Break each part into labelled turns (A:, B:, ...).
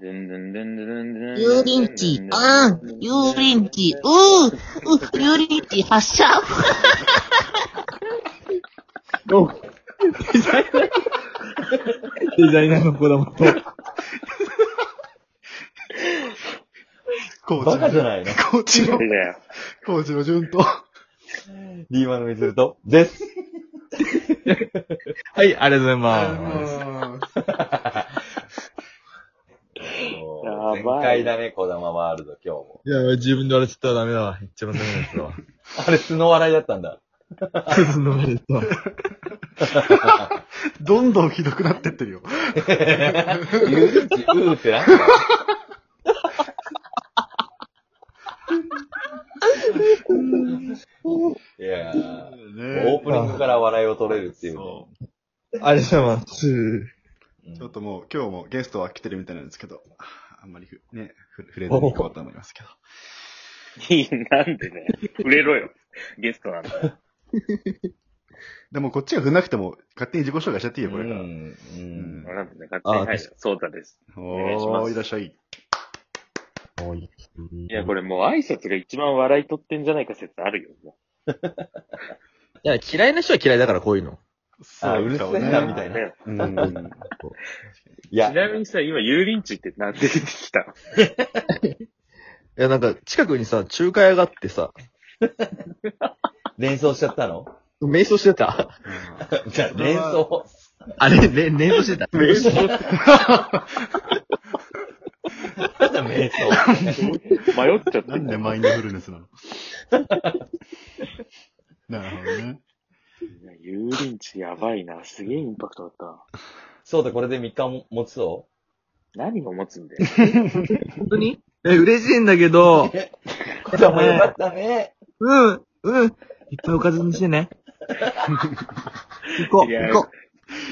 A: ドゥンドゥンドゥンドゥンドゥン。
B: 油淋鶏、あん、油淋鶏、うー、う、油淋鶏発射。
C: おデザイナー、デザイナーの子供と。
D: コ
C: バカじゃ
D: ー
C: ないの。
D: チ、コーチ の
A: い、やいや
D: コーチの順と。
C: リーマンのミズルと、です。 はい、ありがとうございます。
D: あ
A: ばい
C: 前回だね、子供ワールド、今日も。
E: いや、自分で笑っちゃったらダメだわ。一番ダメなやつだわ。
C: あれ、素の笑いだったんだ。
E: 普 通の笑いだわ
D: ーどんどんひどくなってってるよ。
C: ゆうち、うーってなん だ。いやー、オープニングから笑いを取れるっていうね。
D: そ
E: ありがとうございます。
C: うん
D: う。ちょっともう今日もゲストは来てるみたいなんですけど、あんまりふね、ふ触れずに行こうと思いますけど。
A: いい、なんでね。触れろよ。ゲストなんだから。
D: でもこっちが振んなくても勝手に自己紹介しちゃっていいよ、これから。
C: うんうん
A: なんでね、勝手に。はい、そうだです。願いします
D: おー、いらっしゃい。
A: いや、これもう挨拶が一番笑い取ってんじゃないか説あるよ。も
E: いや、嫌いな人は嫌いだから、こういうの。
C: あうるせえ
A: う
C: なみたいな
A: ね
D: うん。
C: い
A: ち
C: や、
A: なみにさ、今、油淋鶏って何で出てきたの
E: いや、なんか、近くにさ、中華屋があってさ、
C: 連想しちゃったの
E: 瞑想してた。
C: じゃあ、連想。
E: あれ、ね、瞑想してた。瞑想
C: なんだ、瞑 想。
A: 迷っちゃって
D: なんでマインドフルネスな のなるほどね。
A: 油淋鶏やばいな。すげえインパクトだっ
C: そうだ、これで3日も持ちそ
A: た。何を持つんだよ。
E: 本当にえ、嬉しいんだけど、
C: う子供よかったね。
E: うん、うん。いっぱいおかずにしてね。行こう、
A: いや
E: 行こ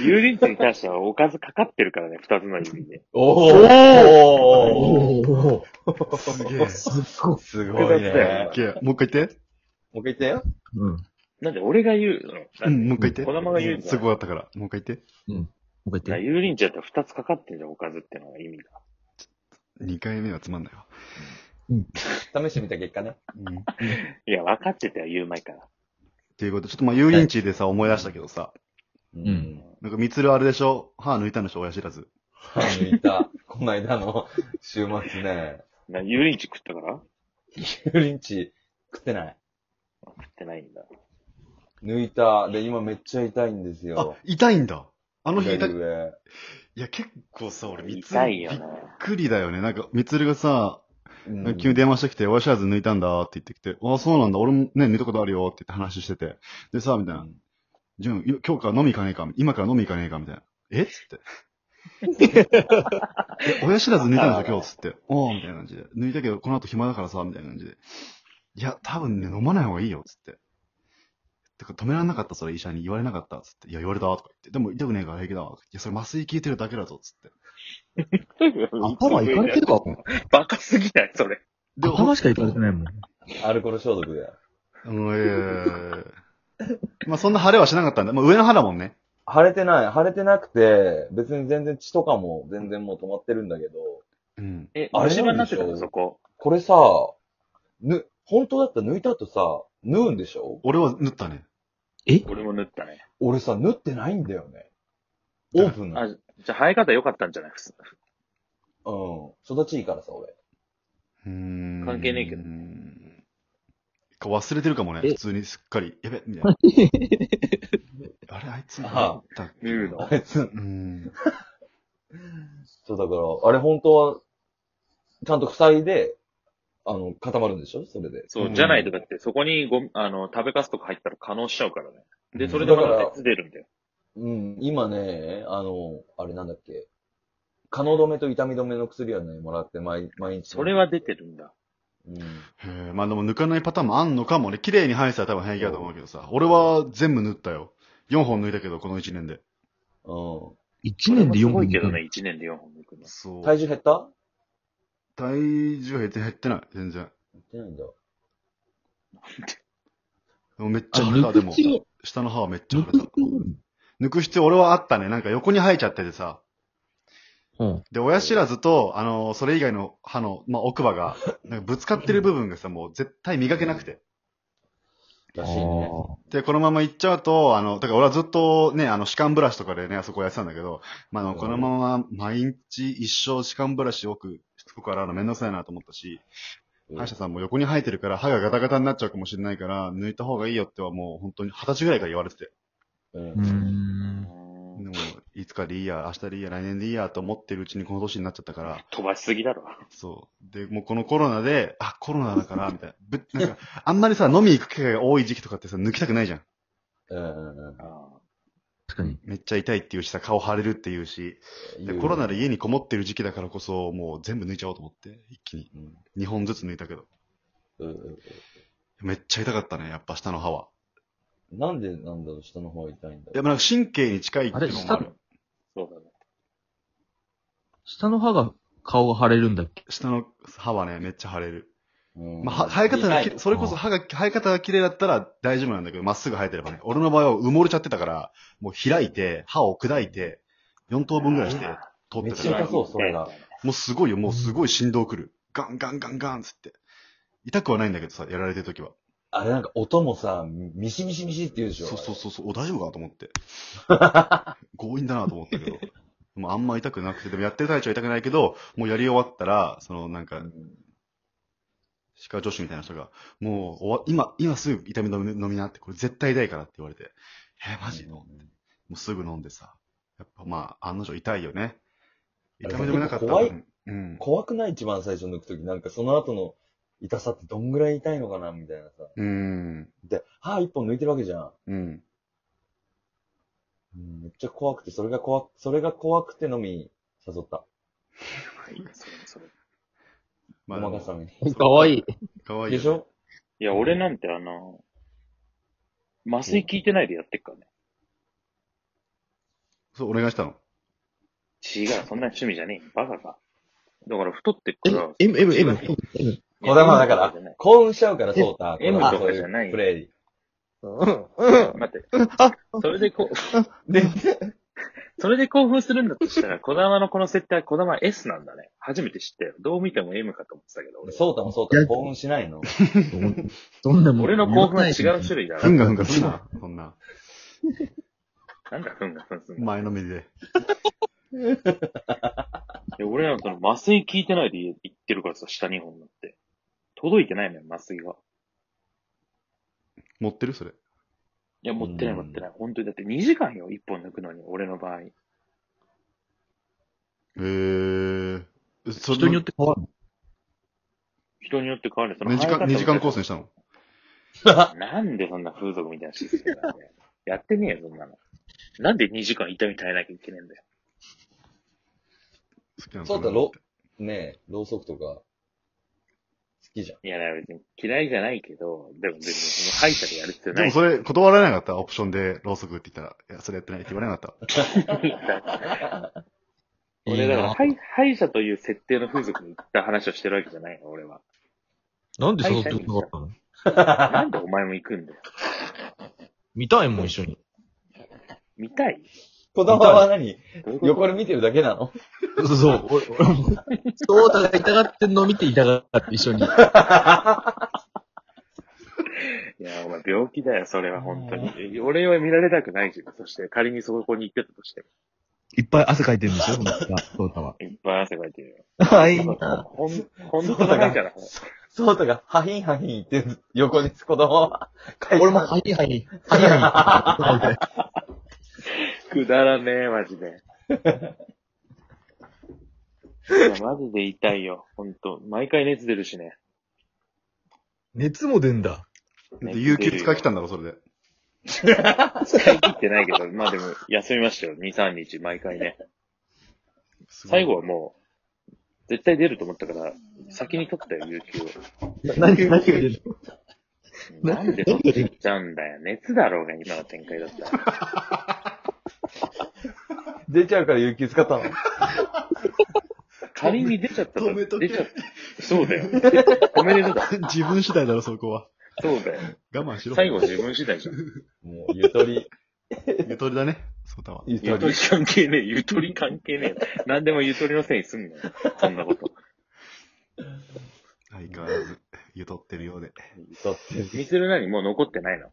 A: 油淋鶏に関してはおかずかかってるからね、二つの指で。
C: おーお
E: う。
C: ー
D: すげえ。す
C: すごいね。
D: げえ。もう一回言って。
C: もう一回言ったよ。
E: うん。も
A: なんで俺が言うの
D: うん、もう一回言って。
A: 子供が言うの
D: すごいあったから。もう一回言って。
E: う一
A: 油
E: 回言って。
A: 淋鶏だったら二つかかってんじゃん、おかずってのが意味が。
D: 二回目はつまんないわ。
C: 試してみた結 果ね。
D: うん。
A: いや、分かってたよ、言う前から。
D: っていうこと、ちょっとまあ、油淋鶏でさ、思い出したけどさ、
E: ん
D: なんか、みつるあれでしょ歯抜いたんでしょ親知らず。
C: 歯抜いた。この間の週末ね。
A: な油淋鶏食ったから
C: 油淋鶏食ってない。
A: 食ってないんだ。
C: 抜いた。で、今めっちゃ痛いんです
D: あ
C: よ。、
D: 痛いんだ。あの日痛
C: 左
D: い。い
C: 上。
D: や、結構さ、俺、みつる。
A: 痛いよ
D: び
A: ね
D: っ。くりだよね。なんか、みつるがさ、
C: うん
D: 急に電話してきて、親知らず抜いたんだって言ってきて、あ、そうなんだ、俺もね、抜いたことあるよって言って話してて。でさ、みたいな。ジュン、い今日から飲み行かねえか今から飲み行かねえかみたいな。えっつって。 え親知らず抜いたんでしょ今日つって。おーみたいな感じで。抜いたけど、この後暇だからさ、みたいな感じで。いや、多分ね、飲まない方がいいよ、つって。てか、止められなかった、それ医者に言われなかった、つって。いや、言われた、とか言って。でも、痛くねえから平気だわ。いや、それ麻酔効いてるだけだぞ、つって。
E: 頭いかれてるか
A: バカすぎない、それ。
D: で、
E: 頭しかいかれてないもん。
C: アルコール消毒で。
D: うん、えーまあ、そんな腫れはしなかったんだ。まあ、上の歯だもんね。
C: 腫れてない。腫れてなくて、別に全然血とかも全然もう止まってるんだけど、
D: うん。
A: え、
C: あれ
A: 虫歯になってた
C: なん
A: の、
C: でしょ
A: そこ。
C: これさ、ぬ、本当だったら抜いた後さ、縫うんでしょ
D: 俺は縫ったね。
A: 俺も塗ったね。
C: 俺さ、縫ってないんだよね。オープンな
A: あ、
C: の。
A: じゃあ生え方良かったんじゃない普通
C: うん。育ちいいからさ、俺。
D: 関
A: 関係ねえけど
D: 忘れてるかもね、
E: え
D: 普通にすっかり。やべ、みたいな。あれ、あいつ、
C: あ
D: だっけ
A: 言うの
C: あいつ
D: う。ん。
C: そうだから、あれ本当は、ちゃんと塞いで、あの、固まるんでしょそれで。
A: そう、
D: うん
A: じゃないとだって、そこにご、あの、食べかすとか入ったら可能しちゃうからね。で、それで
C: だ
A: ま
C: から
A: た熱出るんだよ。
C: うん。今ね、あの、あれなんだっけ。可能止めと痛み止めの薬はね、もらって毎毎日。
A: それは出てるんだ。
C: うん。
D: へえまあでも抜かないパターンもあんのかもね。綺麗に生えてたら多分平気だと思うけどさ。俺は全部縫ったよ。4本抜いたけど、この1年で。
C: う
E: 一年で4
A: これもすごい
E: 本
A: け
E: 行
A: ど
E: く
A: ね、1年で4本抜くの。
D: そ
C: ん。
D: う。
C: 体重減った
D: 体重減って減ってない、全然。
C: 減ってないんだ。
D: でもめっちゃ腫れた、でも。
E: 必要
D: 下の歯はめっちゃ
E: 抜
D: 腫れ
E: く
D: た
E: 必。要ある
D: 抜く必要俺はあったね。なんか横に生えちゃっててさ。
E: うん。
D: で、親知らずと、あの、それ以外の歯の、まあ、奥歯が、なんかぶつかってる部分がさ、もう絶対磨けなくて。
C: らしいね。
D: で、このまま行っちゃうと、あの、だから俺はずっとね、あの、歯間ブラシとかでね、あそこやってたんだけど、まあ、あの、このまま毎日一生歯間ブラシ奥、しつこく洗うのめんどくさいなと思ったし、歯医者さんも横に生えてるから歯がガタガタになっちゃうかもしれないから、抜いた方がいいよってはもう本当に二十歳ぐらいから言われてて。
C: う
E: うー。
C: ん。
A: うんん
D: でも、いつかでいいや、明日でいいや、来年でいいやと思ってるうちにこの年になっちゃったから、
A: 飛ばしすぎだろ。
D: そう。で、もうこのコロナで、あ、コロナだから、みたいな。ぶなんか、 あんまりさ、飲み行く機会が多い時期とかってさ、抜きたくないじゃん。
C: うん。
E: 確かに。
D: めっちゃ痛いっていうしさ、顔腫れるっていうし。で、コロナで家にこもってる時期だからこそ、もう全部抜いちゃおうと思って、一気に。
C: うん。
D: 2本ずつ抜いたけど。
C: うん。
D: めっちゃ痛かったね、やっぱ下の歯は。
C: なんでなんだろう、下の方が痛いんだ
D: で
C: ろう。
D: もなんか神経に近いっていうのもあ
E: あれ
D: る。
A: そうだね。
E: 下の歯が、顔が腫れるんだっけ
D: 下の歯はね、めっちゃ腫れる。
C: うん
D: まあ、は生え方がき
A: 痛
D: れい、それこそ歯が、生え方が綺麗だったら大丈夫なんだけど、まっすぐ生えてればね。俺の場合は埋もれちゃってたから、もう開いて、歯を砕いて、4等分ぐらいして
C: め
D: 取って
C: ったち
D: か
C: ゃ
D: ら
C: 痛、そう、それが。
D: もうすごいよ、もうすごい振動くる。ガンガンガンガンつって。痛くはないんだけどさ、やられてる時は。
C: あれなんか音もさ、ミシミシミシって言うでしょ。
D: そうそう
C: う。
D: そうそう、お大丈夫かと 思って。強引だなと思ったけど。でもあんま痛くなくて、でもやってる体調は痛くないけど、もうやり終わったら、そのなんか、歯科助手みたいな人が、もう終わ、今、今すぐ痛み飲み飲みなって、これ絶対痛いからって言われて、えー、マジのもうすぐ飲んでさ。やっぱまあ、案の定痛いよね。
C: あれ
D: 痛み止めなかったら
C: 怖い
D: うんうん。
C: 怖くない一番最初抜くとき。なんかその後の痛さってどんぐらい痛いのかなみたいなさ。
D: うん。
C: で、歯一本抜いてるわけじゃん。
D: うん。
C: うんめっちゃ怖くて、それが怖く、それが怖くて飲み誘った。
A: はい、それそれ。
D: まあ
C: ごまかすために。
E: かわいい。
D: かわいいよね。
C: でしょ
A: いや、俺なんてあの、麻酔効いてないでやってっからね。
D: そう、お願 いしたの。
A: 違う、そんな趣味じゃねえよ。バカか。だから太ってっから。
E: M、M、M、
A: いや
E: M。
C: こだまだか
A: そう
C: ら
A: じゃない、
C: 幸運しちゃうから、そうた。
A: M
C: こだま
A: とかじゃない
C: そううプレイ。
A: 待って。それでこう、で、それで興奮するんだとしたら、こだまのこの設定はこだま S なんだね。初めて知ったよ。どう見ても M かと思ってたけど、俺。
C: そうたもそうたも幸運しないの。
E: どんなもん
A: 俺の興奮は違う種類だ
D: ふん
A: な。
D: がふんがすんな。そんな。
A: なんだ、ふんがふんすんの。
D: 前のめりで。
A: いや俺なんかその麻酔効いてないで言ってるからさ、下2本になって。届いてないのよ、麻酔が。
D: 持ってるそれ。
A: いや、持ってない
C: うん
A: 持ってない。本当に。だって2時間よ、1本抜くのに、俺の場合。
D: へー。そ
E: 人によって変わるの
A: 人によって変わる。その
D: 2時間、
A: 生え方みたいな
D: 二時間コースにしたの
A: なんでそんな風俗みたいなシステムなんだよ。やってねえよ、そんなの。なんで2時間痛み耐えなきゃいけねえんだよ。
D: 好きなの
C: そうた、ろ、ねえ、ろうそくとか、好きじゃん。
A: いや、だから別に嫌いじゃないけど、でも別に その歯医者でやる必要
D: で
A: な
D: も
A: い。
D: それ断られなかったオプションでろうそくって言ったら、いや、それやってないって言われなかった。
A: 俺、だか
E: いい
A: ら
E: な
A: 歯医歯医者という設定の風俗に行った話をしてるわけじゃないの、俺は。
E: なんで誘ってくれなかったの
A: なんでお前も行くんだよ。
E: 見たいもん、一緒に。
A: 見たい
C: こだまは何
A: どういうこと
C: 横に見てるだけなの
E: そうそうそう、俺、俺も、そうたが痛がってんのを見て痛がって一緒に。
A: いや、お前病気だよ、それは本当に。俺は見られたくないし、そして仮にそこに行ってたとしても。
E: いっぱい汗かいてるんですよ、そうたは。
A: いっぱい汗かいてるよ。
E: はい。
A: ほん、ほんとの歯医者の方。
C: そうたが、ハヒンハヒン言ってる横に子供は、
E: 俺も、はいはい。はいは
A: くだらねえ、マジ で。いやマジで痛いよ、ほんと。毎回熱出るしね。
E: い。熱も出んだ。
A: ね
D: 有給使い来たんだろ、それで。
A: 使い切ってないけど、まあでも、休みましたよ、2、3日、毎回ね。
D: すごい
A: 最後はもう、絶対出ると思ったから、先に取ったよ、有給を。
E: 何が、何が出る
A: なんで取っちゃうんだよ。熱だろうが、今の展開だったら。
C: 出ちゃうから有給使ったの。
A: 仮に出ちゃった
D: 止めとけ
A: 出ちゃった。そうだよ。おめでとうだ。
D: 自分次第だろ、そこは。
A: そうだよ。
D: 我慢しろ。
A: 最後自分次第じゃん。
C: もう、ゆとり。
D: ゆとりだね。そうことは。
C: ゆ
A: ゆ
C: と
A: と
C: り
A: り。関係ねえ、ゆとり関係ねえ。何でもゆとりのせいにすんなよ。そんなこと。
D: 相変わらず、ゆとってるようで。
C: だって、
A: みつるなにもう残ってないの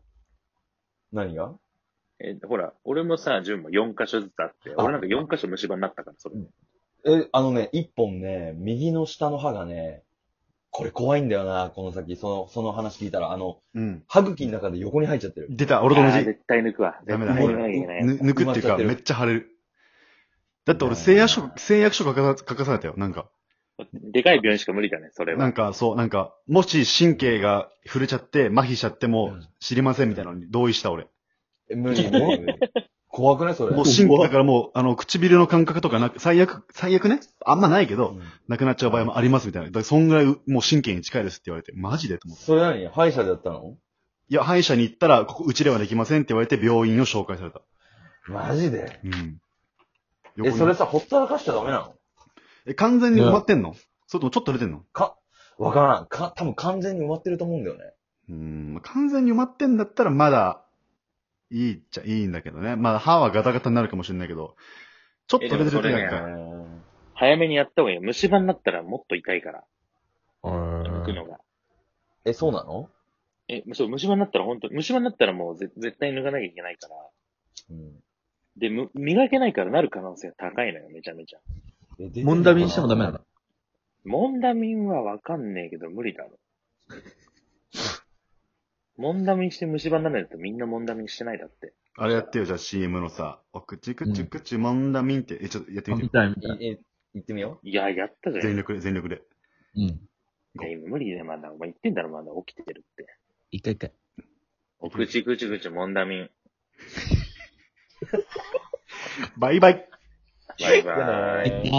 C: 何が
A: え、ほら、俺もさ、順も4箇所ずつあって、
C: あ
A: 俺なんか4箇所虫歯になったから、それ。
C: え、あのね、一本ね、右の下の歯がね、これ怖いんだよな、この先、その、その話聞いたら、あの、
D: うん。
C: 歯茎の中で横に入っちゃってる。
D: 出た、俺と同
A: あー
D: じ。
A: 絶対抜くわ。
D: ダメだ
A: 絶対抜かなきゃいけないや
D: ぬ抜くってい
C: 埋
D: う
C: まっちゃ
D: か、
C: ってる
D: めっちゃ腫れる。だって俺、
C: いや
D: 誓約書、誓約書書か書かされたよ。なんか、
A: つ。でかい病院しか無理だね、それ
D: なん
A: は。
D: か、そう、なんか、もし神経が触れちゃって、麻痺しちゃって
C: う
D: も
C: ん、
D: 知りませんみたいなのに同意した俺。
C: え無 理、無理、無理。怖くないそれ。
D: もう神経、だからもう、あの、唇の感覚とかなく、最悪、最悪ね。あんまないけど、
C: うん
D: なくなっちゃう場合もありますみたいな。だからそんぐらい、もう神経に近いですって言われて、マジでと思って。
C: それ何歯医者でやったの
D: いや、歯医者に行ったら、ここ、うちではできませんって言われて、病院を紹介された。
C: マジで
D: うん。
C: え、それ
D: 横に
C: さ、ほったらかしちゃダメなの
D: え、完全に埋まってんのそれともちょっと出てんの
C: か、わからん。か、多分完全に埋まってると思うんだよね。
D: うん、完全に埋まってんだったらまだ、いいっちゃいいんだけどね。まだ歯はガタガタになるかもしれないけど、ちょっと出てると
A: え
D: や
A: で
D: っ
A: もそれ
D: か
C: うん
A: 早めにやった方がいいよ。虫歯になったらもっと痛いから、抜くのが。
C: え、そうなの
A: え、そう、虫歯になったら本当虫歯になったらもうぜ絶対抜かなきゃいけないから。
C: うん
A: で、む磨けないからなる可能性が高いのよ、めちゃめちゃ。
C: えで
E: モンダミンしてもダメなんだ。
A: モンダミンはわかんねえけど無理 だろ。モンダミンして虫歯になるやつみんなモンダミンしてないだって。
D: あれやってよ、じゃあ CM のさ、お口くちくちもんだみんって、え、ちょっとやってみて
E: み
D: よ。
E: たいみたい。
C: いえ、行ってみよ
A: いや、やったじゃん。
D: 全
A: い
D: 力で、全力で。
E: うん。
A: や、今無理でまだ。お前言ってんだろ、まだ起きてるって。
E: 一回一回。
A: お口ぐちぐちモンダミン。
D: バイバイ
A: バイ
C: う。じゃあ
A: バーイ
C: ね。